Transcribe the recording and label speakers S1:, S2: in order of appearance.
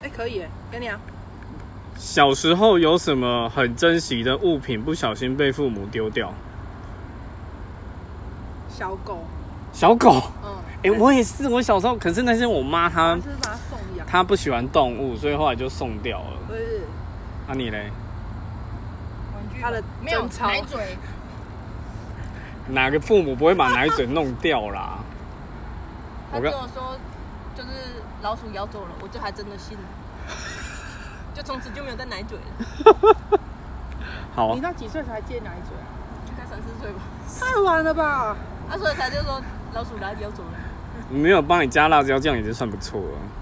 S1: 哎、可以耶，跟你讲，
S2: 小时候有什么很珍惜的物品不小心被父母丢掉？
S1: 小狗，
S2: 小 狗。
S1: 嗯，
S2: 哎、我也是，我小时候，可是那是我妈她
S1: 还是把它送养，
S2: 她不喜欢动物，所以后来就送掉了。
S1: 不是
S2: 啊你嘞？
S3: 玩具
S1: 他的
S3: 没有
S1: 贞操
S3: 奶嘴，
S2: 哪个父母不会把奶嘴弄掉啦？
S3: 他
S2: 我
S3: 跟
S2: 跟
S3: 我说就是老鼠咬走了，我就还真的 信了，就从此就没有带奶嘴了，
S2: 好啊
S1: 你，到几岁才戒奶嘴啊？
S3: 应该三四岁吧。啊
S1: 太晚了吧？
S3: 他所以才就说老鼠来咬走了，
S2: 没有帮你加辣椒酱已经算不错了。